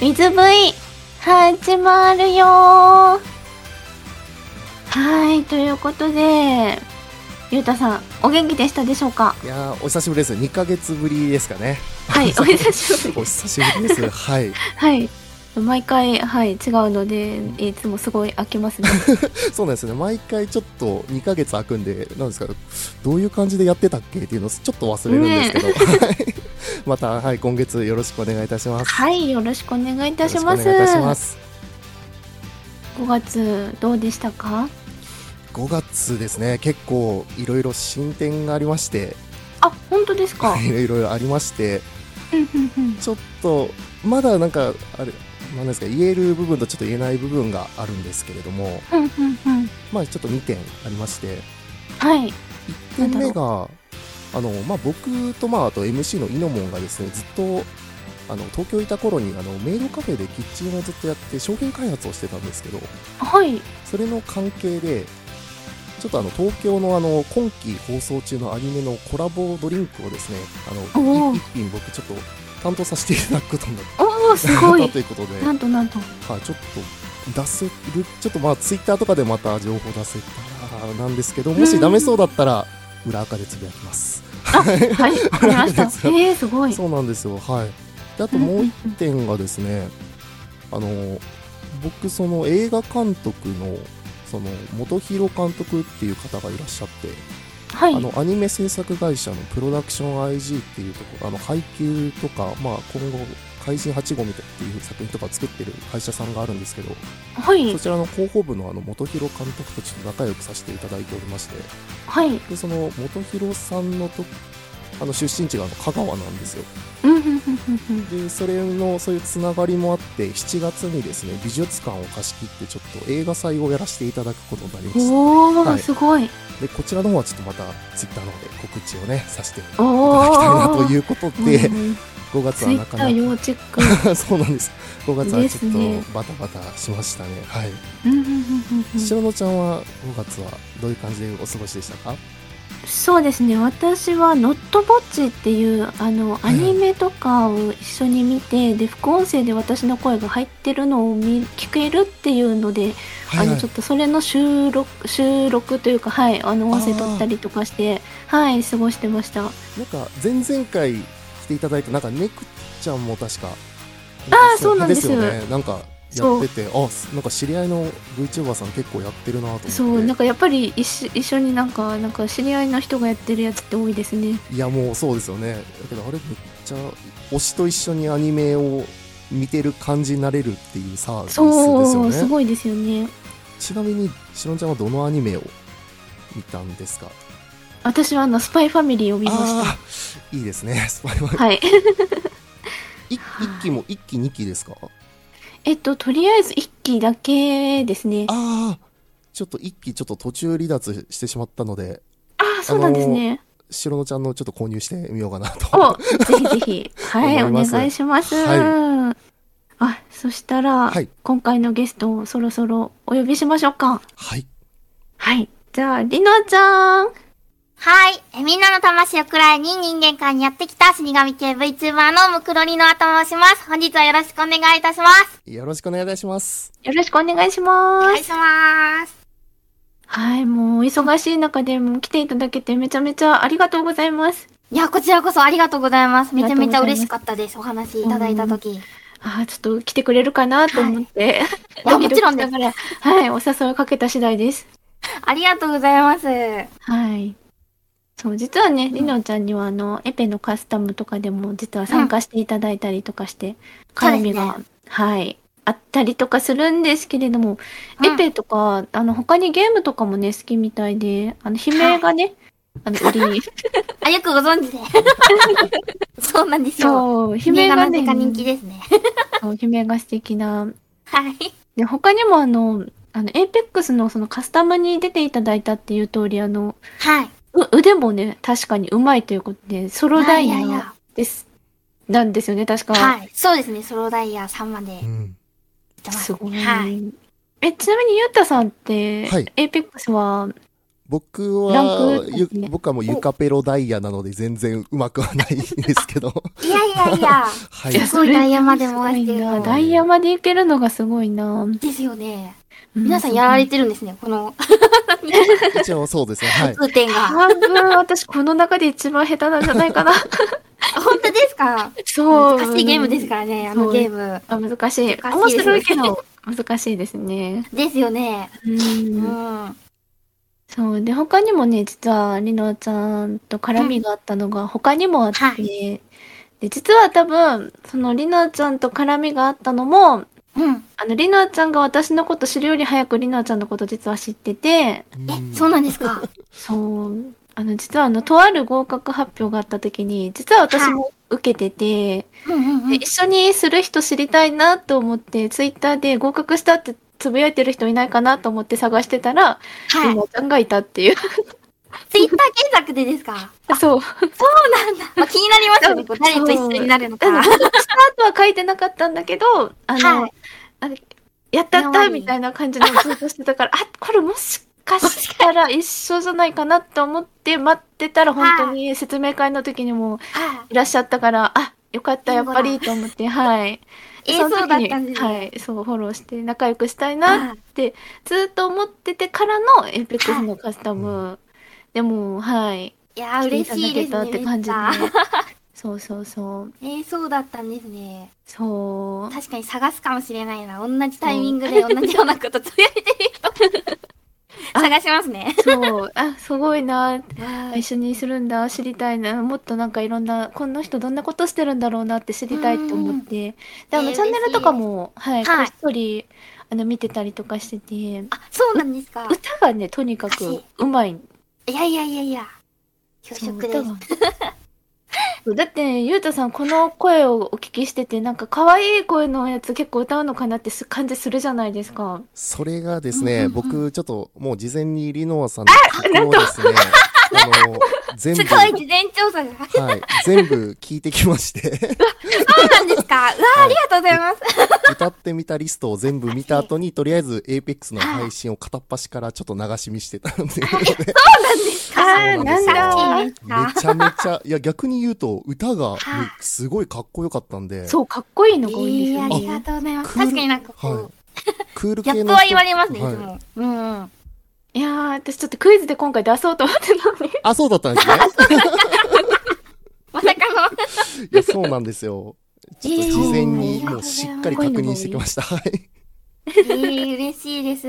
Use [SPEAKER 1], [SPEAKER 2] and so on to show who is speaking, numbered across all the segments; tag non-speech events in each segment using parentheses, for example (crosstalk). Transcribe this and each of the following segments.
[SPEAKER 1] 水 V 始まるよーはい、ということで、ゆうたさん、お元気でしたでしょうか
[SPEAKER 2] いやーお久しぶりです2ヶ月ぶりですかね
[SPEAKER 1] (laughs) はい、お久しぶり
[SPEAKER 2] お久しぶりですはい
[SPEAKER 1] はい。毎回、はい、違うので、いつもすごい開けます
[SPEAKER 2] (laughs)
[SPEAKER 1] ね。
[SPEAKER 2] そうなんですよね毎回ちょっと2ヶ月空くんでなんですかどういう感じでやってたっけっていうのをちょっと忘れるんですけど、はい (laughs) またはい今月よろしくお願いいたします
[SPEAKER 1] はい、よろしくお願いいたします。
[SPEAKER 2] よろしくお願いいたします
[SPEAKER 1] 5月、どうでしたか
[SPEAKER 2] 5月ですね結構いろいろ進展がありまして
[SPEAKER 1] あ、本当ですか。
[SPEAKER 2] (laughs) いろいろありまして
[SPEAKER 1] うんうんうん
[SPEAKER 2] ちょっとまだなんかあれなんですか言える部分とちょっと言えない部分があるんですけれども
[SPEAKER 1] うんうんうん。
[SPEAKER 2] まあちょっと2点ありまして
[SPEAKER 1] はい。
[SPEAKER 2] 1点目があの、まあ、僕と,、まあ、あと MC のイノモンがですねずっとあの東京いた頃にあのメイドカフェでキッチンをずっとやって商品開発をしてたんですけど
[SPEAKER 1] はい。
[SPEAKER 2] それの関係でちょっとあの東京のあの今期放送中のアニメのコラボドリンクをですねあ
[SPEAKER 1] お
[SPEAKER 2] の
[SPEAKER 1] ー
[SPEAKER 2] い一品僕ちょっと担当させていただくことになっ
[SPEAKER 1] おー、すご
[SPEAKER 2] (laughs) た
[SPEAKER 1] い
[SPEAKER 2] と。いうことで、
[SPEAKER 1] なんとなんと。
[SPEAKER 2] はい、ちょっと出せるちょっとまあツイッターとかでまた情報出せたらなんですけどもしダメそうだったら裏垢でつぶやきます。
[SPEAKER 1] はい、わかりま
[SPEAKER 2] (laughs)
[SPEAKER 1] した。えー、すごい。
[SPEAKER 2] そうなんですよ、はい。であともう一点がですね、あの僕、その映画監督のその元弘監督っていう方がいらっしゃって、
[SPEAKER 1] はい。
[SPEAKER 2] あのアニメ制作会社のプロダクション IG っていうところ、あの配給とか、まあ、今後、怪人8号みたいっていう作品とか作ってる会社さんがあるんですけど、
[SPEAKER 1] はい
[SPEAKER 2] そ。ちらの広報部のあの元弘監督とちょっと仲良くさせていただいておりまして、
[SPEAKER 1] はい。
[SPEAKER 2] でその元弘さんのとあの出身地があの香川なんですよ。
[SPEAKER 1] うんうんうんうんうん。
[SPEAKER 2] でそれのそういうつながりもあって7月にですね美術館を貸し切ってちょっと映画祭をやらせていただくことになりまし
[SPEAKER 1] おー、
[SPEAKER 2] はい
[SPEAKER 1] すごい。
[SPEAKER 2] たでこちらの方はちょっとまたツイッターの方で告知をねさせていただき
[SPEAKER 1] お
[SPEAKER 2] たいなと
[SPEAKER 1] ー。
[SPEAKER 2] いうことで
[SPEAKER 1] うんうん
[SPEAKER 2] 5月
[SPEAKER 1] ツ
[SPEAKER 2] は
[SPEAKER 1] イ
[SPEAKER 2] な
[SPEAKER 1] ッ
[SPEAKER 2] か
[SPEAKER 1] ター
[SPEAKER 2] な
[SPEAKER 1] 要チェック。
[SPEAKER 2] か (laughs) そうなんです5月はちょっ
[SPEAKER 1] です
[SPEAKER 2] とバタバタしましたねはい
[SPEAKER 1] うんうんうんうんうん
[SPEAKER 2] 白野ちゃんは5月はどういう感じでお過ごしでしたか
[SPEAKER 1] そうですね私は「ノットぼっち」っていうあのア
[SPEAKER 2] いはい
[SPEAKER 1] ニメとかを一緒に見てで副音声で私の声が入ってるのを見聞けるっていうので
[SPEAKER 2] は
[SPEAKER 1] あ
[SPEAKER 2] いは
[SPEAKER 1] の
[SPEAKER 2] い
[SPEAKER 1] ちょっとそれの収録収録というかはいあの音声取ったりとかしてはい過ごしてました
[SPEAKER 2] なんか前々回来ていただいたなんかネクちゃんも確か
[SPEAKER 1] あーそうなんです
[SPEAKER 2] よねなんかやっててあすなんか知り合いの VTuber さん結構やってるなと思って
[SPEAKER 1] そうなんかやっぱり一緒一緒になんかなんか知り合いの人がやってるやつって多いですね
[SPEAKER 2] いやもうそうですよねだけどあれめっちゃ推しと一緒にアニメを見てる感じになれるっていうサービスです
[SPEAKER 1] そう
[SPEAKER 2] よね
[SPEAKER 1] すごいですよね
[SPEAKER 2] ちなみにしのんちゃんはどのアニメを見たんですか
[SPEAKER 1] 私はあのスパイファミリーを見まし
[SPEAKER 2] あーいいですねス (laughs) パイファ
[SPEAKER 1] たはい (laughs)
[SPEAKER 2] 一一期も一期二期ですか
[SPEAKER 1] えっと、とりあえず一期だけですね。あ
[SPEAKER 2] ああちょっと一期ちょっと途中離脱してしまったので
[SPEAKER 1] あー、そうなんですね。
[SPEAKER 2] 白野ちゃんのちょっと購入してみようかな
[SPEAKER 1] お、
[SPEAKER 2] と。
[SPEAKER 1] ぜひぜひ。
[SPEAKER 2] (laughs)
[SPEAKER 1] はい、
[SPEAKER 2] 思
[SPEAKER 1] お
[SPEAKER 2] います
[SPEAKER 1] 願いします。
[SPEAKER 2] は
[SPEAKER 1] あ、そしたら、
[SPEAKER 2] はい
[SPEAKER 1] 今回のゲストをそろそろお呼びしましょうか。
[SPEAKER 2] はい。
[SPEAKER 1] はい。じゃあ、りのちゃん。
[SPEAKER 3] はい。えみんなの魂をくらいに人間界にやってきた死神系 VTuber のムクロリの頭をします。本日はよろしくお願いいたします。
[SPEAKER 2] よろしくお願いいたします。
[SPEAKER 1] よろしくお願いし
[SPEAKER 3] お
[SPEAKER 1] ま
[SPEAKER 3] 願い
[SPEAKER 1] す。
[SPEAKER 3] します。
[SPEAKER 1] はい、もう、お忙しい中でも来ていただけてめちゃめちゃありがとうございます。
[SPEAKER 3] いや、こちらこそありがとうございます。めちゃめちゃ
[SPEAKER 1] ありがとうございます
[SPEAKER 3] 嬉しかったです。お話いただいたとき。
[SPEAKER 1] あーちょっと来てくれるかなと思って、(laughs)
[SPEAKER 3] いや
[SPEAKER 1] ドキドキしながらはい、お誘いをかけた次第です。
[SPEAKER 3] ありがとうございます。
[SPEAKER 1] はい。そう、実はね、りのちゃんには、あの、エペのカスタムとかでも、実は参加していただいたりとかして、絡みが、
[SPEAKER 3] そう
[SPEAKER 1] はい、あったりとかするんですけれども、
[SPEAKER 3] うん
[SPEAKER 1] エペとか、あの、他にゲームとかもね、好きみたいで、あの、悲鳴がね、あの、売 (laughs) り、
[SPEAKER 3] あ、よくご存知で。 (laughs) そうなんですよ。
[SPEAKER 1] そう、悲
[SPEAKER 3] 姫
[SPEAKER 1] 鳴
[SPEAKER 3] が
[SPEAKER 1] が
[SPEAKER 3] な
[SPEAKER 1] ね
[SPEAKER 3] ぜ、か人気ですね。
[SPEAKER 1] そう悲鳴が素敵な、
[SPEAKER 3] はい。
[SPEAKER 1] で、他にもあの、あの、エイペックスのそのカスタムに出ていただいたっていう通り、あの、
[SPEAKER 3] はい。
[SPEAKER 1] う腕もね、確かにうまいということで、ソロダイヤ
[SPEAKER 3] いやいや
[SPEAKER 1] です。なんですよね、確か。
[SPEAKER 3] はい。そうですね。ソロダイヤ3まで
[SPEAKER 2] う
[SPEAKER 3] 行っ
[SPEAKER 2] ん。
[SPEAKER 3] てますす。
[SPEAKER 1] ごい。
[SPEAKER 3] はい。
[SPEAKER 1] え、ちなみに、ゆうたさんって、
[SPEAKER 2] はい
[SPEAKER 1] エイペックスは、
[SPEAKER 2] 僕
[SPEAKER 1] ラン
[SPEAKER 2] は
[SPEAKER 1] ク、で
[SPEAKER 2] ゆ
[SPEAKER 1] すね
[SPEAKER 2] 僕はもうユカペロダイヤなので全然うまくはないんですけ
[SPEAKER 3] (laughs)
[SPEAKER 2] ど。
[SPEAKER 3] いやいやいや、
[SPEAKER 2] はい
[SPEAKER 1] い。や
[SPEAKER 3] すごいダイヤまで回して
[SPEAKER 1] すごい
[SPEAKER 3] る
[SPEAKER 1] な。ダイヤまで行けるのがすごいな。
[SPEAKER 3] ですよね。皆さんやられてるんですね、この
[SPEAKER 2] 一応そうですね。はい。
[SPEAKER 3] 通点が。
[SPEAKER 1] 半分私この中で一番下手なんじゃないか
[SPEAKER 3] (laughs)
[SPEAKER 1] な。
[SPEAKER 3] 本当ですか
[SPEAKER 1] そう。
[SPEAKER 3] 難しいゲームですからね、あの
[SPEAKER 1] そう
[SPEAKER 3] ゲーム。
[SPEAKER 1] あ難しい。面
[SPEAKER 3] 難しいです
[SPEAKER 1] 白いけど、難しいですね。
[SPEAKER 3] ですよね。
[SPEAKER 1] う。
[SPEAKER 3] うんん。は
[SPEAKER 1] そう。で、他にもね、実は、りのちゃんと絡みがあったのが、他にもあって、
[SPEAKER 3] は
[SPEAKER 1] で、実は多分、そのりのちゃんと絡みがあったのも、
[SPEAKER 3] うん。
[SPEAKER 1] あの、りのちゃんが私のこと知るより早くりのちゃんのこと実は知ってて、
[SPEAKER 2] うん
[SPEAKER 3] (laughs) え、そうなんですか
[SPEAKER 1] そう。あの、実はあの、とある合格発表があった時に、実は私も受けてて、
[SPEAKER 3] うんうんうん
[SPEAKER 1] で。一緒にする人知りたいなと思って、ツイッターで合格したってつぶやいてる人いないかなと思って探してたら、り
[SPEAKER 3] はい。
[SPEAKER 1] のちゃんがいたっていう。
[SPEAKER 3] ツイッター検索でですか
[SPEAKER 1] (laughs) そう。
[SPEAKER 3] まあ気になりますよね、こう誰
[SPEAKER 1] そう
[SPEAKER 3] と一緒になるの
[SPEAKER 1] あの
[SPEAKER 3] か。
[SPEAKER 1] 合格した後は書いてなかったんだけど、あの、
[SPEAKER 3] はい
[SPEAKER 1] あのやったやっ
[SPEAKER 3] や
[SPEAKER 1] た
[SPEAKER 3] んわり
[SPEAKER 1] みたいな
[SPEAKER 3] (laughs)
[SPEAKER 1] 感じのツイートしてたから、あ、これもしかしたら一緒じゃないかなと思って待ってたら、本当に説明会の時にも
[SPEAKER 3] はい
[SPEAKER 1] らっしゃったから、あ、よかった、やっぱ
[SPEAKER 3] いい
[SPEAKER 1] りと思って、
[SPEAKER 3] (laughs)
[SPEAKER 1] はい。
[SPEAKER 3] い。え、
[SPEAKER 1] そ
[SPEAKER 3] そう
[SPEAKER 1] の
[SPEAKER 3] だ
[SPEAKER 1] 時
[SPEAKER 3] った
[SPEAKER 1] に
[SPEAKER 3] んですね。
[SPEAKER 1] はい、そう、フォローして仲良くしたいなっ
[SPEAKER 3] はい
[SPEAKER 1] ってずっと思っててからのエイペックスのカスタム、でもはい
[SPEAKER 3] いやー、嬉しいですね。
[SPEAKER 1] 来ていただけたって
[SPEAKER 3] めっ
[SPEAKER 1] 感じでそうそうそう
[SPEAKER 3] ちゃえー、そうだったんですね。
[SPEAKER 1] そう
[SPEAKER 3] 確かに探すかもしれないな。同じタイミングで同じようなことつぶやいてる (laughs) 人。探しますね。
[SPEAKER 1] そうあすごいな
[SPEAKER 3] は
[SPEAKER 1] 一緒にするんだ知りたいなもっとなんかいろんなこの人どんなことしてるんだろうなって知りたいと思ってであの
[SPEAKER 3] えー
[SPEAKER 1] チャンネルとかもはいこ
[SPEAKER 3] はい
[SPEAKER 1] っそりあの見てたりとかしてて
[SPEAKER 3] あ、そうなんですか。
[SPEAKER 1] 歌がねとにか
[SPEAKER 3] 歌
[SPEAKER 1] く
[SPEAKER 3] 詞
[SPEAKER 1] うまい
[SPEAKER 3] いやいやいやいや。教
[SPEAKER 1] そう
[SPEAKER 3] 職です。
[SPEAKER 1] 歌が (laughs) そうだって、ゆうたさん、この声をお聞きしてて、なんか可愛い声のやつ結構歌うのかなってす感じするじゃないですか。
[SPEAKER 2] それがです
[SPEAKER 3] うんうん
[SPEAKER 2] ね、
[SPEAKER 3] うん
[SPEAKER 2] 僕、ちょっと、もう事前にリノアさんの曲をですね、あの、全
[SPEAKER 3] す
[SPEAKER 2] 部、
[SPEAKER 3] ごい
[SPEAKER 2] は
[SPEAKER 3] 事前調査が。そ
[SPEAKER 2] い、全部聞いてきまして、
[SPEAKER 3] うなんですか。うわー、ありがとうございます。
[SPEAKER 2] (laughs) 歌ってみたリストを全部見た後に、とりあえず APEX の配信を片っ端からちょっと流し見してたんで、
[SPEAKER 1] あ
[SPEAKER 2] そう
[SPEAKER 1] ー
[SPEAKER 2] な
[SPEAKER 1] なんん
[SPEAKER 2] ですよ
[SPEAKER 1] だ。
[SPEAKER 2] めちゃめちゃ、いや、逆に言うと、歌が
[SPEAKER 3] はい
[SPEAKER 2] すごいかっこよかったんで、
[SPEAKER 1] そう、かっこいいのが多いんです
[SPEAKER 3] えー、あ
[SPEAKER 1] よ
[SPEAKER 3] り
[SPEAKER 1] ね
[SPEAKER 3] が。とうございます。
[SPEAKER 2] クール
[SPEAKER 3] 確かになんかこ
[SPEAKER 2] は
[SPEAKER 3] う、
[SPEAKER 2] い。クール
[SPEAKER 3] ギャ
[SPEAKER 2] 系
[SPEAKER 3] ッ
[SPEAKER 2] の
[SPEAKER 3] プ
[SPEAKER 2] 人。
[SPEAKER 3] は言われますね、い
[SPEAKER 2] はい
[SPEAKER 3] つも。うんうん。
[SPEAKER 1] いやー、私ちょっとクイズで今回出そうと思ってたのに。
[SPEAKER 2] あ、そうだったん
[SPEAKER 3] (laughs)
[SPEAKER 2] ですね。
[SPEAKER 3] まさかの。
[SPEAKER 2] いや、そうなんですよ。ちょっと事前に、もうしっかり確認してきました。はい。
[SPEAKER 3] (laughs) えー、嬉しいです。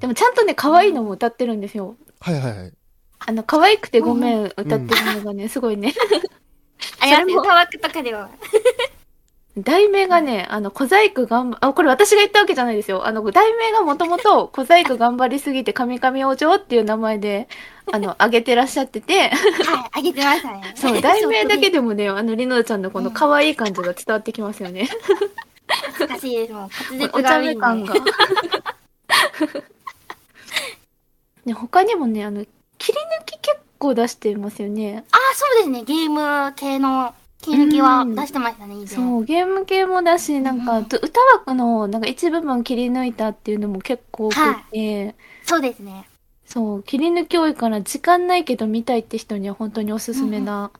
[SPEAKER 1] でもちゃんとね、可愛いのも歌ってるんですよ。
[SPEAKER 2] はいはいはい。
[SPEAKER 1] あの、可愛くてごめん、歌ってるのがね、すごいね。
[SPEAKER 3] あや
[SPEAKER 1] それも
[SPEAKER 3] 歌枠とかでは。
[SPEAKER 1] 題名がね、あの、小細工がんば、あ、これ私が言ったわけじゃないですよ。あの、題名がもともと、小細工頑張りすぎて神々お嬢っていう名前で、あの、あげてらっしゃって (laughs) て、
[SPEAKER 3] はい、あげてましたね。
[SPEAKER 1] そう、題名だけでもね、あの、りのちゃんのこの可愛い感じが伝わってきますよね。
[SPEAKER 3] 懐かしいですもん。滑舌
[SPEAKER 1] お
[SPEAKER 3] が
[SPEAKER 1] 茶
[SPEAKER 3] 悪い
[SPEAKER 1] 目
[SPEAKER 3] ん
[SPEAKER 1] 感
[SPEAKER 3] で。
[SPEAKER 1] が。 (laughs) ね、他にもね、あの、切り抜き結構出してますよね。
[SPEAKER 3] あ、そうですね。ゲーム系の切り抜きは
[SPEAKER 1] うん
[SPEAKER 3] 出してましたね、以前。
[SPEAKER 1] そう、ゲーム系もだし、なんか、
[SPEAKER 3] うん
[SPEAKER 1] と歌枠の、なんか一部分切り抜いたっていうのも結構多くて、
[SPEAKER 3] そうですね。
[SPEAKER 1] そう、切り抜き多いから時間ないけど見たいって人には本当におすすめな
[SPEAKER 3] わ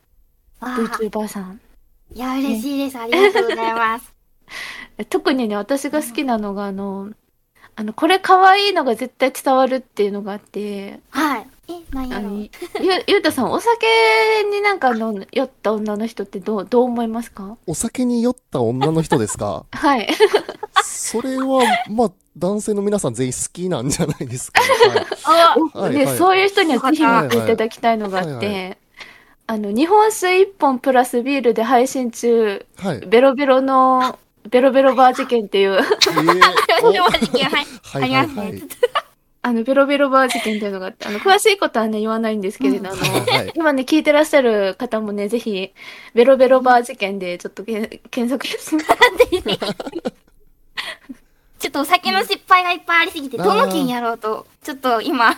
[SPEAKER 3] あ、
[SPEAKER 1] VTuber さん。
[SPEAKER 3] いや、嬉しいです。ありがとうございます。
[SPEAKER 1] 特にね、私が好きなのが、あの、あの、これ可愛いのが絶対伝わるっていうのがあって、
[SPEAKER 3] はい。え、なんや
[SPEAKER 1] あ
[SPEAKER 3] ろ
[SPEAKER 1] の、
[SPEAKER 3] う
[SPEAKER 1] ゆ、ゆうたさん、お酒になんかあの、酔った女の人ってどう、どう思いますか
[SPEAKER 2] お酒に酔った女の人ですか
[SPEAKER 1] はい。
[SPEAKER 2] それは、まあ、男性の皆さん全員好きなんじゃないですか。はい
[SPEAKER 3] あ
[SPEAKER 2] はい
[SPEAKER 1] で、
[SPEAKER 2] はい
[SPEAKER 1] そういう人にはぜひ見ていただきたいのがあって、
[SPEAKER 2] はいは
[SPEAKER 1] あの、日本酒1本プラスビールで配信中、
[SPEAKER 2] はい。え
[SPEAKER 1] ベロベロの、ベロベロバー事件っていう、 (laughs)
[SPEAKER 2] ー
[SPEAKER 3] おでも
[SPEAKER 2] お
[SPEAKER 3] できない。
[SPEAKER 2] は
[SPEAKER 3] (laughs) あ
[SPEAKER 2] い
[SPEAKER 3] り
[SPEAKER 2] はい
[SPEAKER 3] ます
[SPEAKER 2] はい
[SPEAKER 3] ね。ちょっ。と
[SPEAKER 1] あの、ベロベロバー事件っていうのがあって、あの、詳しいことはね、言わないんですけれど、あの、
[SPEAKER 2] はいはい
[SPEAKER 1] (laughs) 今ね、聞いてらっしゃる方もね、ぜひ、ベロベロバー事件で、ちょっとけん検索してみて。
[SPEAKER 3] ちょっとお酒の失敗がいっぱいありすぎて、
[SPEAKER 2] あー
[SPEAKER 3] どの県やろうと、ちょっと今、 (laughs)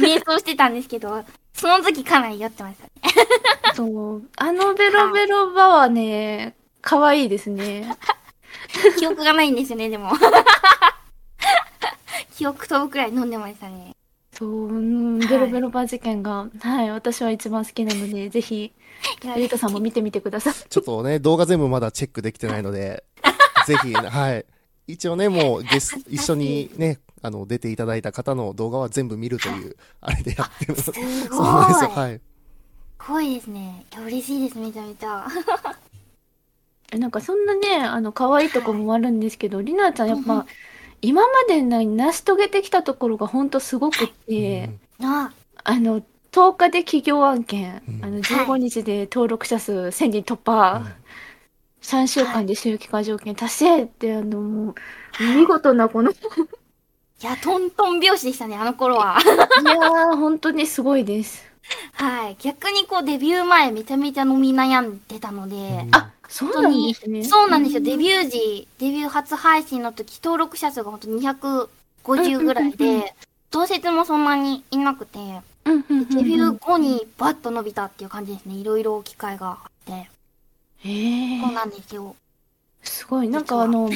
[SPEAKER 3] 瞑想してたんですけど、その時かなり酔ってましたね。
[SPEAKER 1] そう。あのベロベロバーはね、可愛いですね。
[SPEAKER 3] 記憶 (laughs) がないんですよね、でも。記憶飛ぶくらい飲んでましたね。
[SPEAKER 1] そう、うん、ベロベロバ事件が、はい、私は一番好きなので、ぜひ、ゆうとさんも見てみてください。
[SPEAKER 2] ちょっとね、動画全部まだチェックできてないので、ぜひ、はい。一応ね、もうゲス、一緒にね、あの、出ていただいた方の動画は全部見るという、あれでやってます。そう
[SPEAKER 3] すご
[SPEAKER 2] なんですよ。
[SPEAKER 3] い。
[SPEAKER 2] はい。
[SPEAKER 3] 濃いですね。いや、嬉しいです、めちゃめちゃ。
[SPEAKER 1] (laughs) なんかそんなね、あの、可愛いとこもあるんですけど、りなちゃんやっ
[SPEAKER 3] うんう
[SPEAKER 1] ぱ、今までに成し遂げてきたところがほんとすごくって、
[SPEAKER 3] な
[SPEAKER 1] あの、10日で企業案件
[SPEAKER 2] う、ん
[SPEAKER 1] あの、15日で登録者数1000人突破、3週間で収益化条件達成って、あの、もう、見事なこの、い
[SPEAKER 3] いや、トントン拍子でしたね、あの頃は。
[SPEAKER 1] (laughs) やー、本当にすごいです。
[SPEAKER 3] はい。逆にこう、デビュー前、めちゃめちゃ伸び悩んでたので、
[SPEAKER 2] うん
[SPEAKER 1] あ、そうなんですね。
[SPEAKER 3] そうなんですよ。
[SPEAKER 1] う
[SPEAKER 3] デビュー時、デビュー初配信の時、登録者数がほんと250ぐらい
[SPEAKER 1] うんうんうんう
[SPEAKER 3] で、同説もそんなにいなくて、
[SPEAKER 1] うんうんうんうん
[SPEAKER 3] デビュー後にバッと伸びたっていう感じですね。いろいろ機会があって。
[SPEAKER 1] へー
[SPEAKER 3] そうなんですよ。
[SPEAKER 1] すごい。なん
[SPEAKER 3] 実
[SPEAKER 1] か
[SPEAKER 3] は
[SPEAKER 1] あ (laughs) の、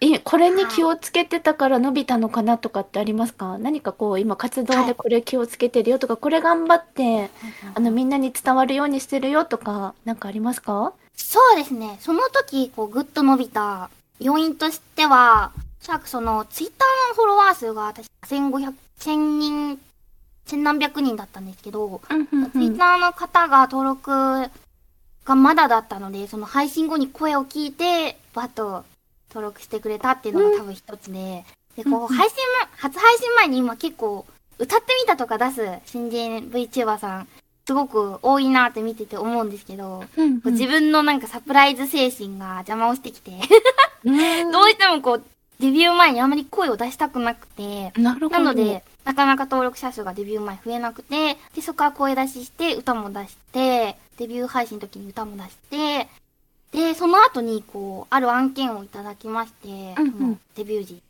[SPEAKER 1] え、これに気をつけてたから伸びたのかなとかってありますか何かこう、今活動でこれ気をつけてるよとか、これ頑張って、あの、みんなに伝わるようにしてるよとか、なんかありますか
[SPEAKER 3] そうですね。その時、こう、ぐっと伸びた要因としては、おそらくその、ツイッターのフォロワー数が、確か1500、1000人、千何百人だったんですけど、
[SPEAKER 1] うんうん
[SPEAKER 3] ツイッターの方が登録がまだだったので、その配信後に声を聞いて、バッと登録してくれたっていうのが多分一つで、で、
[SPEAKER 1] うんう
[SPEAKER 3] こ
[SPEAKER 1] ん
[SPEAKER 3] う、配信も、初配信前に今結構、歌ってみたとか出す新人 VTuber さん、すごく多いなって見てて思うんですけど、
[SPEAKER 1] うん
[SPEAKER 3] こう自分のなんかサプライズ精神が邪魔をしてき (laughs) て、
[SPEAKER 1] うん
[SPEAKER 3] どうしてもこう、デビュー前にあまり声を出したくなくて、
[SPEAKER 1] なるほ
[SPEAKER 3] な
[SPEAKER 1] ど。
[SPEAKER 3] ので、なかなか登録者数がデビュー前増えなくて、で、そこから声出しして、歌も出して、デビュー配信の時に歌も出して、で、その後に、こう、ある案件をいただきまして、
[SPEAKER 1] うんうん
[SPEAKER 3] そのデビュー時、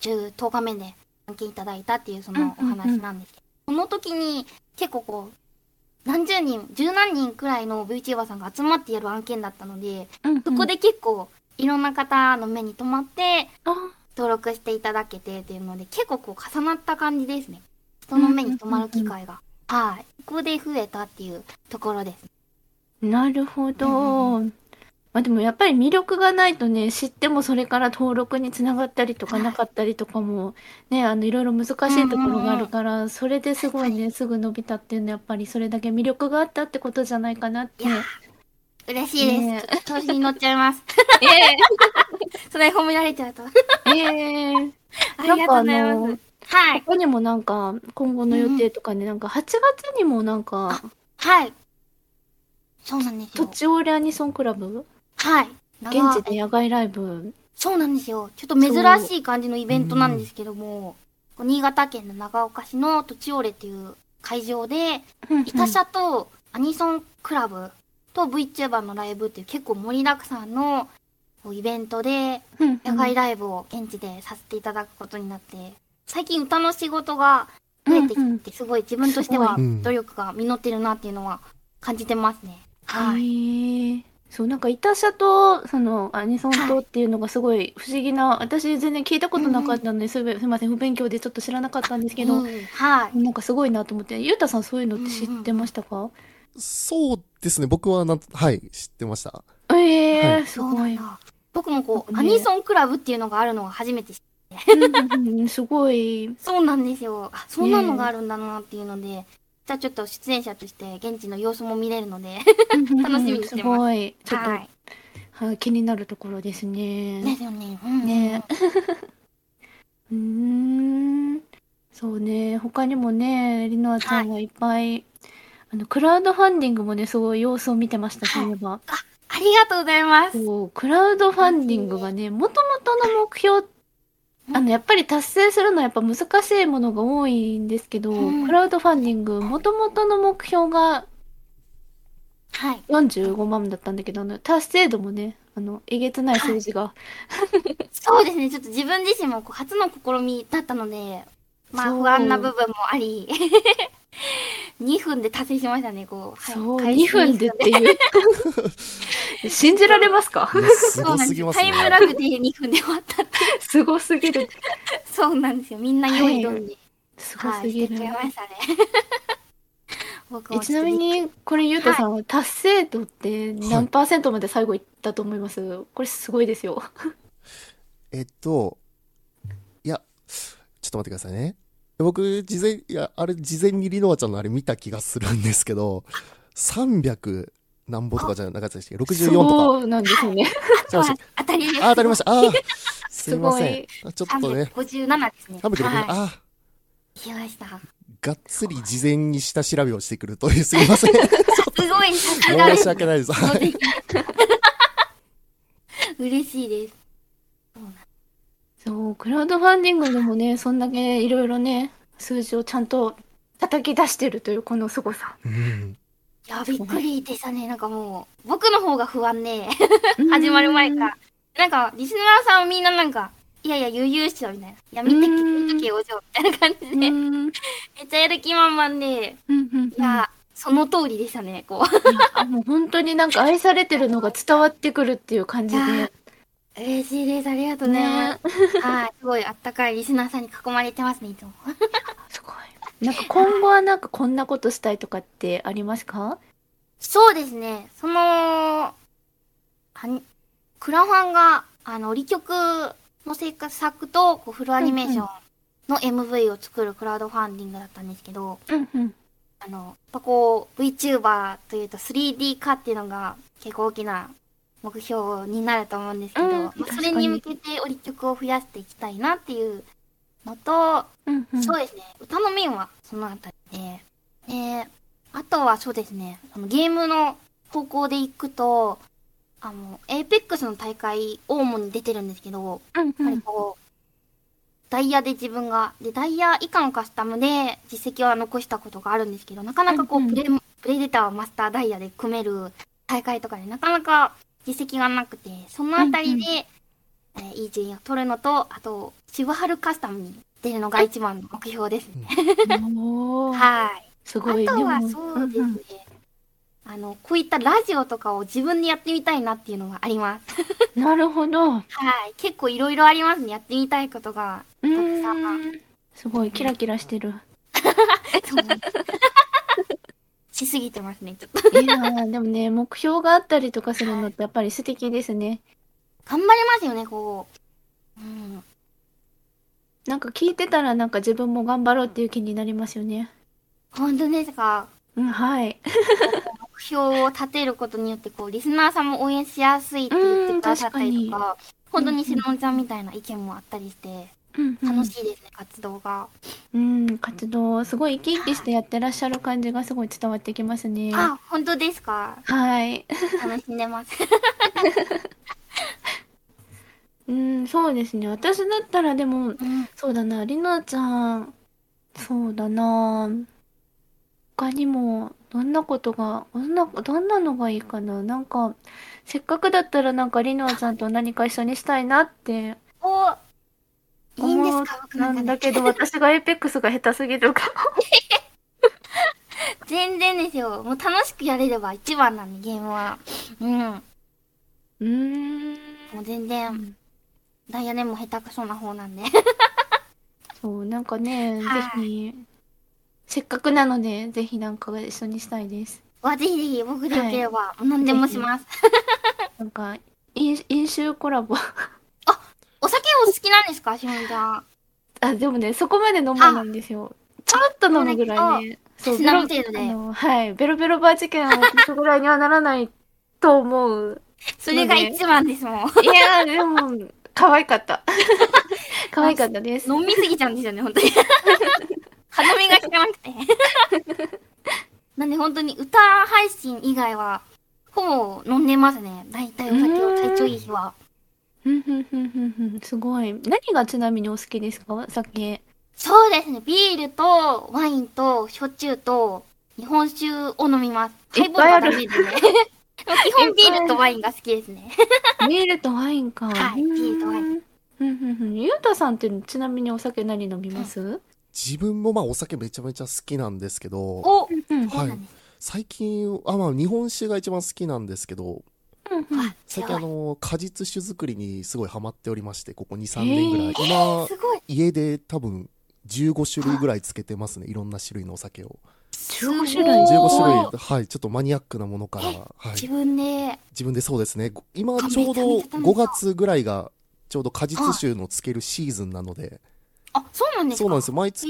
[SPEAKER 3] 10、10日目で案件いただいたっていうそのお
[SPEAKER 1] うんうんうん
[SPEAKER 3] 話なんですけど、その時に結構こう、何十人、十何人くらいの VTuber さんが集まってやる案件だったので、
[SPEAKER 1] うんうん
[SPEAKER 3] そこで結構、いろんな方の目に留まって、
[SPEAKER 1] あ、
[SPEAKER 3] 登録していただけてっていうので結構こう重なった感じですね人の目に留まる機会が、はいここで増えたっていうところです
[SPEAKER 1] なるほ
[SPEAKER 3] うん
[SPEAKER 1] ど。まあでもやっぱり魅力がないとね、知ってもそれから登録につながったりとかなかったりとかも、ね、あの、いろいろ難しいところがあるから、それですごいね、すぐ伸びたっていうのはやっぱりそれだけ魅力があったってことじゃないかなって。
[SPEAKER 3] いや嬉しいです、
[SPEAKER 1] ね
[SPEAKER 3] ちょっと調子に乗っちゃいます
[SPEAKER 1] ええ
[SPEAKER 3] (laughs) それ褒められちゃうと
[SPEAKER 1] え
[SPEAKER 3] (laughs)
[SPEAKER 1] え
[SPEAKER 3] ありがとうござい
[SPEAKER 1] なんかあ
[SPEAKER 3] ま
[SPEAKER 1] の
[SPEAKER 3] すはい
[SPEAKER 1] 他にもなんか、今後の予定とかね、なんか8月にもなんか、
[SPEAKER 3] はいそうなんです
[SPEAKER 1] と
[SPEAKER 3] よ
[SPEAKER 1] ちおれアニソンクラブ
[SPEAKER 3] はい
[SPEAKER 1] 現地で野外ライブ。
[SPEAKER 3] そうなんですよちょっと珍しい感じのイベントなんですけどもこう新潟県の長岡市の土地オレっていう会場でイタ社とアニソンクラブと VTuber のライブっていう結構盛りだくさんのこうイベントで
[SPEAKER 1] うん
[SPEAKER 3] 野外ライブを現地でさせていただくことになって、最近歌の仕事が増えて
[SPEAKER 1] うんうん
[SPEAKER 3] きて、すごい自分としては
[SPEAKER 2] すごい
[SPEAKER 3] 努力が実ってるなっていうのは感じてますね。は。
[SPEAKER 1] はいい。そう、なんか、イタ社と、その、アニソンとっていうのがすごい不思議な、私全然聞いたことなかったので、すべ、すみません、不勉強でちょっと知らなかったんですけ
[SPEAKER 3] う
[SPEAKER 1] ど、
[SPEAKER 3] んはい。
[SPEAKER 1] なんかすごいなと思って、ゆうたさんそういうのって知ってましたか
[SPEAKER 2] そうですね、僕はなん、はい、知ってました。
[SPEAKER 1] え
[SPEAKER 2] は
[SPEAKER 1] え、
[SPEAKER 2] い
[SPEAKER 1] す
[SPEAKER 3] そう
[SPEAKER 1] ご
[SPEAKER 3] なん
[SPEAKER 1] い。
[SPEAKER 3] だ。僕もこう、
[SPEAKER 1] ね
[SPEAKER 3] アニソンクラブっていうのがあるのは初めて知って、
[SPEAKER 1] うんうんうんすごい。
[SPEAKER 3] そうなんですよ。あ、そんなのがあるんだなっていうので、じゃあちょっと出演者として現地の様子も見れるので、楽しみにしてます
[SPEAKER 1] すごい。ちょっと
[SPEAKER 3] は、い。
[SPEAKER 1] はい気になるところですね。
[SPEAKER 3] ですよね。うん
[SPEAKER 1] ねうーん。そうね。他にもね、りのあちゃんがいっぱい、あの、クラウドファンディングもね、すごい様子を見てました、そういえば。
[SPEAKER 3] ありがとうございます。
[SPEAKER 1] そう、クラウドファンディングがね、もともとの目標、あの、やっぱり達成するのはやっぱ難しいものが多いんですけど、
[SPEAKER 3] うん
[SPEAKER 1] クラウドファンディング、もともとの目標が
[SPEAKER 3] はい。
[SPEAKER 1] 45万だったんだけど、あの、達成度もね、あの、えげつない数字が。
[SPEAKER 3] そうですね。ちょっと自分自身もこう初の試みだったので、まあ
[SPEAKER 1] そう
[SPEAKER 3] 不安な部分もあり、2分で達成しましたね、こう。はい
[SPEAKER 1] そう、
[SPEAKER 3] 開
[SPEAKER 1] 2
[SPEAKER 3] 始
[SPEAKER 1] 分でっていう。 (laughs) 信じられます
[SPEAKER 3] (laughs)
[SPEAKER 1] か
[SPEAKER 2] いやす
[SPEAKER 3] そう
[SPEAKER 2] ご
[SPEAKER 3] なん
[SPEAKER 2] す
[SPEAKER 3] です
[SPEAKER 2] ぎ
[SPEAKER 3] よ。
[SPEAKER 2] ます
[SPEAKER 3] タ
[SPEAKER 2] ね
[SPEAKER 3] イ。ムラグで2分で終わったって。
[SPEAKER 1] すごすぎる。
[SPEAKER 3] そうなんですよ。みんな用意どんで。
[SPEAKER 1] すご
[SPEAKER 3] は
[SPEAKER 1] す
[SPEAKER 3] い、
[SPEAKER 1] ぎ
[SPEAKER 3] して
[SPEAKER 1] る
[SPEAKER 3] っちゃ。いましたね。 (laughs) 僕
[SPEAKER 1] え
[SPEAKER 3] も
[SPEAKER 1] ちなみに、これ、ゆうたさんは達成度って何パーセントまで最後いったと思いますこれすごいですよ。
[SPEAKER 2] えっと、いや、ちょっと待ってくださいね。僕、事前、いや、あれ、事前にリノアちゃんのあれ見た気がするんですけど、300何ぼとかじゃなかったでしたっけ ?64 と
[SPEAKER 1] そうなんですよね。
[SPEAKER 2] か。じゃあ
[SPEAKER 3] あ当たりです。
[SPEAKER 2] あ、当たりました。あーす
[SPEAKER 1] す
[SPEAKER 2] いま
[SPEAKER 1] ご
[SPEAKER 2] せん
[SPEAKER 1] い。。
[SPEAKER 2] ちょっとね、
[SPEAKER 3] 357ですね。
[SPEAKER 2] 360、
[SPEAKER 3] はい。
[SPEAKER 2] あ
[SPEAKER 3] いきました。
[SPEAKER 2] ーがっつり事前に下調べをしてくるという、すいません。
[SPEAKER 3] すごい、さすが
[SPEAKER 2] 申
[SPEAKER 3] で
[SPEAKER 2] し
[SPEAKER 3] す。
[SPEAKER 2] 訳ないです。はい
[SPEAKER 3] (laughs) 嬉しいです。
[SPEAKER 1] そう、クラウドファンディングでもね、そんだけいろいろね、数字をちゃんと叩き出してるというこの凄さ。
[SPEAKER 2] (laughs) うん
[SPEAKER 3] いや、びっくりでしたね。なんかもう、僕の方が不安ね。始まる前から。なんか、リスナーさんはみんななんか、いやいや、悠々しちゃうみたいな。いや、見てき
[SPEAKER 1] うん
[SPEAKER 3] 見とけよ、お嬢みたいな感じ
[SPEAKER 1] う
[SPEAKER 3] で。
[SPEAKER 1] ん。う
[SPEAKER 3] めっ
[SPEAKER 1] ん。
[SPEAKER 3] ちゃやる気満々で。
[SPEAKER 1] うんうん
[SPEAKER 3] いや、その通りでしたね、こ
[SPEAKER 1] あもう本当になんか愛されてるのが伝わってくるっていう感じ
[SPEAKER 3] いや
[SPEAKER 1] で。
[SPEAKER 3] う。嬉しいです。ありがとうございます。はい。すごい、あったかいリスナーさんに囲まれてますね、いつも。
[SPEAKER 1] すごい。なんか今後はなんかこんなことしたいとかってありますか
[SPEAKER 3] そうですね。その、はに、クラファンが、あの、離曲の制作と、こう、フルアニメーションの MV を作るクラウドファンディングだったんですけど、
[SPEAKER 1] うんうん。
[SPEAKER 3] あの、やっぱこう、VTuber というと 3D 化っていうのが結構大きな目標になると思うんですけ
[SPEAKER 1] う
[SPEAKER 3] ど、
[SPEAKER 1] ん
[SPEAKER 3] まあ
[SPEAKER 1] 確か
[SPEAKER 3] そ
[SPEAKER 1] に
[SPEAKER 3] れに向けて折り曲を増やしていきたいなっていうのと、
[SPEAKER 1] うんうん。
[SPEAKER 3] そうですね、歌の面はそのあたりで、で、あとはそうですね、あのゲームの方向で行くと、あの、APEX の大会、オーに出てるんですけど、
[SPEAKER 1] うんう
[SPEAKER 3] やっぱり
[SPEAKER 1] ん。
[SPEAKER 3] こう、ダイヤで自分が、で、ダイヤ以下のカスタムで実績は残したことがあるんですけど、なかなか
[SPEAKER 1] う
[SPEAKER 3] こう、
[SPEAKER 1] んうん
[SPEAKER 3] プレ、プレデターをマスターダイヤで組める大会とかで、なかなか実績がなくて、そのあたりで、えーいい順位を取るのと、あと、シバハルカスタムに出るのが一番の目標ですね。
[SPEAKER 1] おー
[SPEAKER 3] はい。
[SPEAKER 1] す
[SPEAKER 3] あ
[SPEAKER 1] ごい。
[SPEAKER 3] とは
[SPEAKER 1] でも
[SPEAKER 3] そうです
[SPEAKER 1] うんう
[SPEAKER 3] ね。
[SPEAKER 1] ん
[SPEAKER 3] あの、こういったラジオとかを自分でやってみたいなっていうのがあります。
[SPEAKER 1] (laughs) なるほど。う
[SPEAKER 3] はい。結構いろいろありますね。やってみたいことが。
[SPEAKER 1] ーん。すごい、キラキラしてる。
[SPEAKER 3] しすぎてますね、ちょっと。
[SPEAKER 1] いやーでもね、目標があったりとかするのってやっぱり素敵ですね。
[SPEAKER 3] 頑張れますよね、こう。うん。
[SPEAKER 1] なんか聞いてたらなんか自分も頑張ろうっていう気になりますよね。
[SPEAKER 3] 本当ですか。
[SPEAKER 1] うん、はい。
[SPEAKER 3] 目標を立てることによって、こう、リスナーさんも応援しやすいって言ってくださったりと
[SPEAKER 1] うん
[SPEAKER 3] か、本当にしのんちゃんみたいな意見もあったりして、
[SPEAKER 1] うんうん
[SPEAKER 3] 楽しいですね、活動が。
[SPEAKER 1] うん、活動、すごい生き生きしてやってらっしゃる感じがすごい伝わってきますね。
[SPEAKER 3] あ、本当ですか。
[SPEAKER 1] はい。
[SPEAKER 3] 楽しんでます。
[SPEAKER 1] うん、そうですね。私だったらでも、
[SPEAKER 3] (laughs) うん。
[SPEAKER 1] そうだな、りなちゃん、そうだな。他にも、どんなことが、どんな、どんなのがいいかな。なんか、せっかくだったらなんかりなちゃんと何か一緒にしたいなって
[SPEAKER 3] お、いいんです
[SPEAKER 1] 思
[SPEAKER 3] か、僕
[SPEAKER 1] うな
[SPEAKER 3] なんか
[SPEAKER 1] ん
[SPEAKER 3] ね
[SPEAKER 1] だ。けど、私がエイペックスが下手すぎるか
[SPEAKER 3] 全然ですよ。もう楽しくやれれば一番なんで、ゲームは。うん。
[SPEAKER 1] ら。うーん。
[SPEAKER 3] もう全然、ダイヤでも下手くそな方なんで。
[SPEAKER 1] そう、なんかね、ぜ
[SPEAKER 3] はい
[SPEAKER 1] ひ、せっかくなので、ぜひなんか一緒にしたいです。
[SPEAKER 3] わ、ぜひぜひ僕でよければ、何でもします。
[SPEAKER 1] なんか、飲飲酒コラボ。
[SPEAKER 3] お酒お好きなんですかしおんちゃん。
[SPEAKER 1] あ、でもね、そこまで飲まないんですよ。ちょろっと飲むぐらいね。そう、
[SPEAKER 3] つ
[SPEAKER 1] ベ
[SPEAKER 3] な
[SPEAKER 1] ロ、
[SPEAKER 3] む程度で
[SPEAKER 1] あの、はい、ベロベロバー事件を起こすぐらいにはならないと思う。
[SPEAKER 3] それが
[SPEAKER 1] ので
[SPEAKER 3] 一番ですもん。
[SPEAKER 1] いやー、でも、可愛か
[SPEAKER 3] (laughs)
[SPEAKER 1] った。可愛かったです。
[SPEAKER 3] 飲みすぎちゃうんですよね、本当に。鼻身が効かなくて。なんで本当に歌配信以外は、ほぼ飲んでますね。大体お酒を体調いい日は。
[SPEAKER 1] ふんふんふんふんふん、すごい。何がちなみにお好きですか酒。
[SPEAKER 3] そうですね、ビールとワインと焼酎と日本酒を飲みます。ハイボールはダメでね。 (laughs) でも基本ビールとワインが好きですね。
[SPEAKER 1] ビールとワインか。
[SPEAKER 3] はいビールとワイン
[SPEAKER 1] ふんふんふん。ゆうたさんってちなみにお酒何飲みます
[SPEAKER 2] 自分もまあお酒めちゃめちゃ好きなんですけど、
[SPEAKER 3] お、
[SPEAKER 1] うん
[SPEAKER 3] そうなんです。
[SPEAKER 2] 最近、あ、まあ日本酒が一番好きなんですけど、
[SPEAKER 3] わ
[SPEAKER 2] 最
[SPEAKER 3] 強
[SPEAKER 2] 近あ
[SPEAKER 3] い。
[SPEAKER 2] の、果実酒作りにすごいハマっておりまして、ここ2、3年ぐらい。今、
[SPEAKER 3] すごい。
[SPEAKER 2] 家で多分15種類ぐらいつけてますねいろんな種類のお酒を
[SPEAKER 1] 15種類
[SPEAKER 3] おー
[SPEAKER 2] 15種類はいちょっとマニアックなものから、
[SPEAKER 3] え
[SPEAKER 2] はい、
[SPEAKER 3] 自分で、
[SPEAKER 2] 自分でそうですねご今ちょうど
[SPEAKER 3] 神々
[SPEAKER 2] 5月ぐらいがちょうど果実酒のつけるシーズンなので
[SPEAKER 3] あ、そうなんですか
[SPEAKER 2] そうなんですよ毎月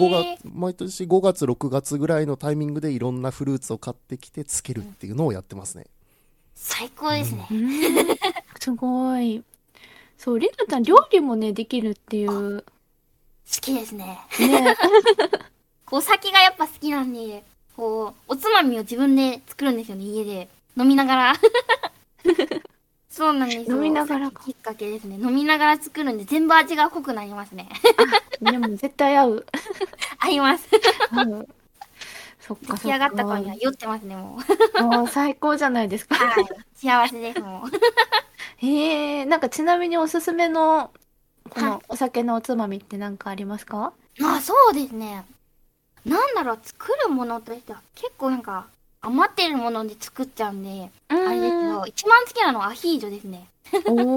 [SPEAKER 2] 5
[SPEAKER 3] へ
[SPEAKER 2] 月毎年5月6月ぐらいのタイミングでいろんなフルーツを買ってきてつけるっていうのをやってますね
[SPEAKER 3] 最高ですね。
[SPEAKER 1] うんすごい。そう、りくちゃん料理もね、できるって
[SPEAKER 3] (laughs)
[SPEAKER 1] いう。
[SPEAKER 3] 好きですね。
[SPEAKER 1] ね。
[SPEAKER 3] こう、お酒がやっぱ好きなんで、こう、おつまみを自分で作るんですよね、家で。飲みながら。 (laughs) そうなんですよ。
[SPEAKER 1] 飲みながらか
[SPEAKER 3] お酒きっかけですね。飲みながら作るんで、全部味が濃くなりますね。 (laughs)
[SPEAKER 1] でも絶対合う。
[SPEAKER 3] 合います。
[SPEAKER 1] 合うそっかそっか。
[SPEAKER 3] 出来上がった頃には酔ってますね、もう。 (laughs)
[SPEAKER 1] もう最高じゃないですか。
[SPEAKER 3] はい。幸せです、もう。
[SPEAKER 1] へえ、なんかちなみにおすすめの、こ
[SPEAKER 3] はい
[SPEAKER 1] のお酒のおつまみって何かありますか
[SPEAKER 3] まあそうですね。なんだろう、作るものとしては結構なんか余ってるもので作っちゃうんで、
[SPEAKER 1] あ
[SPEAKER 3] あれですけど、一番好きなのはアヒージョですね。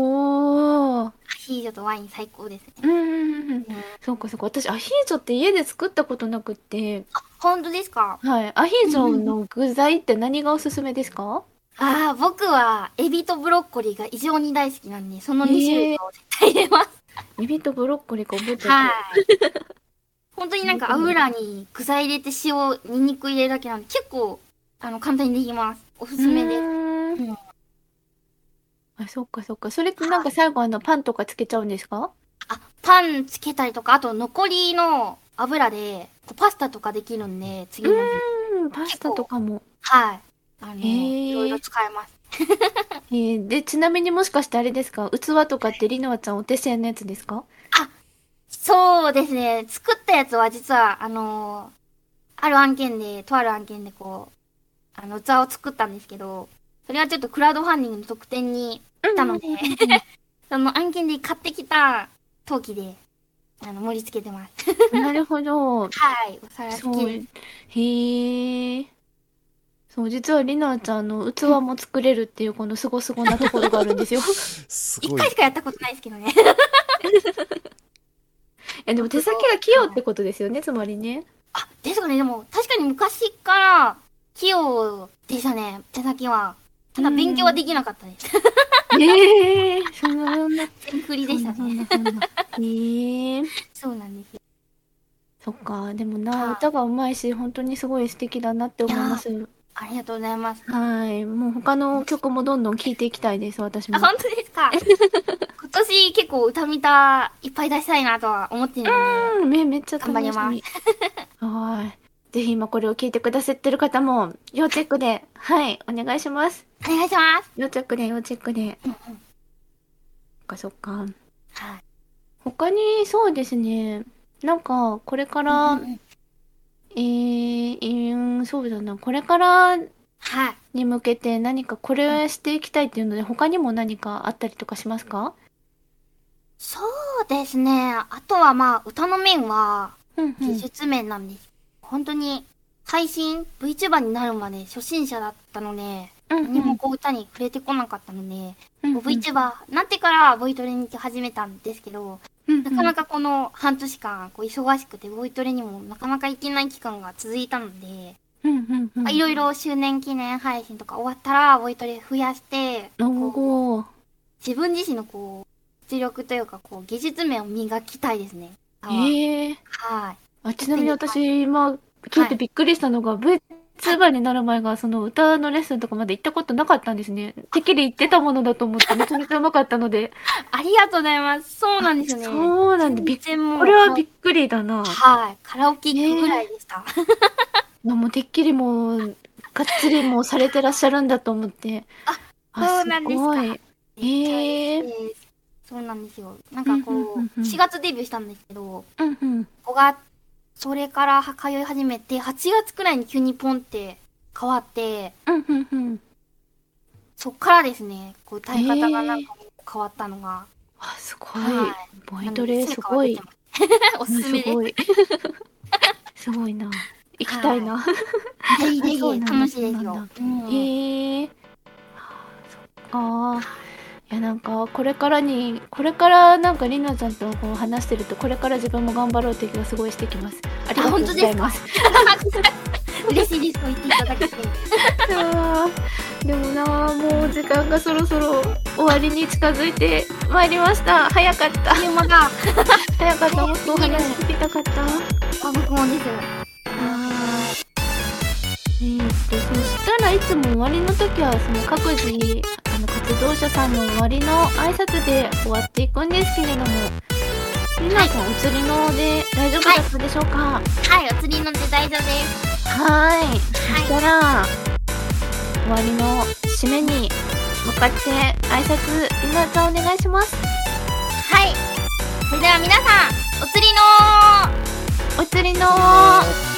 [SPEAKER 1] おー。
[SPEAKER 3] アヒージョとワイン最高ですね。
[SPEAKER 1] うんうんうん。そうかそうか。私、アヒージョって家で作ったことなくって、
[SPEAKER 3] 本当ですか
[SPEAKER 1] はい。アヒージョの具材って何がおすすめですか
[SPEAKER 3] ああ、僕はエビとブロッコリーが異常に大好きなんで、その2種類
[SPEAKER 1] へ
[SPEAKER 3] を絶対入れます。
[SPEAKER 1] エビとブロッコリーか覚えてる。
[SPEAKER 3] はい。本当になんか油に具材入れて塩、ニンニク入れるだけなんで、結構あの簡単にできます。おすすめです。
[SPEAKER 1] うー
[SPEAKER 3] うん
[SPEAKER 1] んあ、そっかそっか。それってなんか最後あのパンとかつけちゃうんですか
[SPEAKER 3] あ、パンつけたりとか、あと残りの油で、こうパスタとかできるんで、次の日。
[SPEAKER 1] うん、パスタとかも。
[SPEAKER 3] はい。あの、
[SPEAKER 1] ー
[SPEAKER 3] いろいろ使えます。
[SPEAKER 1] えーで、ちなみにもしかしてあれですか器とかってりのわちゃんお手製のやつですか
[SPEAKER 3] そうですね。作ったやつは実は、あのーある案件で、とある案件でこう、あの、器を作ったんですけど、それはちょっとクラウドファンディングの特典に、なので
[SPEAKER 1] うんうんうん
[SPEAKER 3] (laughs) その案件で買ってきた陶器で、あの、盛り付けてます。
[SPEAKER 1] うんなるほ (laughs) ど。
[SPEAKER 3] はい。お皿
[SPEAKER 1] そ
[SPEAKER 3] 好き
[SPEAKER 1] う。
[SPEAKER 3] です。
[SPEAKER 1] へえ。そう、実はりなちゃんの器も作れるっていうこのすごすごなところがあるん (laughs) ですよ。
[SPEAKER 2] す
[SPEAKER 3] 一
[SPEAKER 2] ごい
[SPEAKER 3] 回しかやったことないですけどね。
[SPEAKER 1] え、でも手先が器用ってことですよね、つまりね。
[SPEAKER 3] あ、ですかね、でも、確かに昔から、器用でしたね、手先は。ただ勉強はできなかったです。
[SPEAKER 1] (laughs) ええそんなそんな。
[SPEAKER 3] 全振りでしたね。
[SPEAKER 1] そんなそんなそんなへえ。
[SPEAKER 3] (laughs) そうなんですよ。
[SPEAKER 1] そっか、でも
[SPEAKER 3] はい
[SPEAKER 1] な、歌がうまいし、本当にすごい素敵だなって思います。
[SPEAKER 3] ありがとうございます。
[SPEAKER 1] はい。もう他の曲もどんどん聴いていきたいです、私も
[SPEAKER 3] あ、。本当ですか (laughs) 今年結構歌見たいっぱい出したいなとは思ってるので、
[SPEAKER 1] うん、めめっちゃ楽しみ。
[SPEAKER 3] 頑張り
[SPEAKER 1] はい。ぜひ今これを聴いてくださってる方も、要チェックで、はい、お願いします。
[SPEAKER 3] お願いします。
[SPEAKER 1] 要チェックで、要チェックで。
[SPEAKER 3] うんう
[SPEAKER 1] そ
[SPEAKER 3] ん
[SPEAKER 1] っか、そっか。
[SPEAKER 3] はい。
[SPEAKER 1] 他に、そうですね。なんか、これから、
[SPEAKER 3] うんうん
[SPEAKER 1] えー、えーそうだな。これから
[SPEAKER 3] はい。
[SPEAKER 1] に向けて何かこれしていきたいっていうので、他にも何かあったりとかしますか
[SPEAKER 3] そうですね。あとはまあ、歌の面は、
[SPEAKER 1] うんう
[SPEAKER 3] 技
[SPEAKER 1] ん。
[SPEAKER 3] 術面なんです。本当に、配信、VTuber になるまで初心者だったので、
[SPEAKER 1] うん
[SPEAKER 3] 何もこう歌に触れてこなかったので、
[SPEAKER 1] うん
[SPEAKER 3] こう VTuber になってからボイトレに行き始めたんですけど、
[SPEAKER 1] うん
[SPEAKER 3] なかなかこの半年間こう忙しくてボイトレにもなかなか行けない期間が続いたので、
[SPEAKER 1] うんうんうん
[SPEAKER 3] いろいろ周年記念配信とか終わったらボイトレ増やして、
[SPEAKER 1] なる
[SPEAKER 3] こう
[SPEAKER 1] ほど。
[SPEAKER 3] 自分自身のこう、出力というかこう、技術面を磨きたいですね。
[SPEAKER 1] ええ
[SPEAKER 3] はい。
[SPEAKER 1] あ、ちなみに私、今、聞いてびっくりしたのが、VTuber になる前が、その歌のレッスンとかまで行ったことなかったんですね。てっきり行ってたものだと思って、めちゃめちゃうまかったので。
[SPEAKER 3] ありがとうございます。そうなんですよね。
[SPEAKER 1] そうなんで、びっ
[SPEAKER 3] 全然もう
[SPEAKER 1] これはびっくりだな。
[SPEAKER 3] はい。カラオケ行くぐらいでした。
[SPEAKER 1] いやもうてっきりもう、がっつりもうされてらっしゃるんだと思って。
[SPEAKER 3] あそうなんですか
[SPEAKER 1] ごい。へえ
[SPEAKER 3] めっちゃ嬉しいですそうなんですよ。なんかこ
[SPEAKER 1] うんうん
[SPEAKER 3] う、
[SPEAKER 1] うんうん
[SPEAKER 3] 4月デビューしたんですけど、
[SPEAKER 1] うんうん。
[SPEAKER 3] ここが、それから通い始めて、8月くらいに急にポンって変わって、
[SPEAKER 1] うんうんうん。
[SPEAKER 3] そっからですね、こう歌い方がなんかもう変わったのが、
[SPEAKER 1] あ、すごい。
[SPEAKER 3] は
[SPEAKER 1] ボ
[SPEAKER 3] い
[SPEAKER 1] イトレ、すごい。。
[SPEAKER 3] おすすめです
[SPEAKER 1] ごい。 (laughs) すごいな。行きたいな。
[SPEAKER 3] ぜひぜひ
[SPEAKER 1] そうなんだ
[SPEAKER 3] 楽しいです
[SPEAKER 1] そうな
[SPEAKER 3] よ
[SPEAKER 1] ん。
[SPEAKER 3] うん
[SPEAKER 1] へえ。そっか。えいやなんかこれからにこれからなんかりなちゃんとこう話してるとこれから自分も頑張ろうって気がすごいしてきます。ありがとうございます。
[SPEAKER 3] 嬉しいです。こう言っていただけて。
[SPEAKER 1] いやーでもなーもう時間がそろそろ終わりに近づいてまいりました。早かった
[SPEAKER 3] あ。ゆまが、あ、
[SPEAKER 1] 早かった。もっとお話聞きたかった。
[SPEAKER 3] 僕もです。
[SPEAKER 1] あーえーっとそしたらいつも終わりの時はその各自あの活動者さんの終わりの挨拶で終わっていくんですけれどもみなさんお釣りので大丈夫だったでしょうか
[SPEAKER 3] はい、お釣りの時代だです。
[SPEAKER 1] はーいそし
[SPEAKER 3] は
[SPEAKER 1] たら終わりの締めに向かって挨拶りなちゃんお願いします
[SPEAKER 3] い。はい。それでは皆さん、お釣りの
[SPEAKER 1] お釣りのー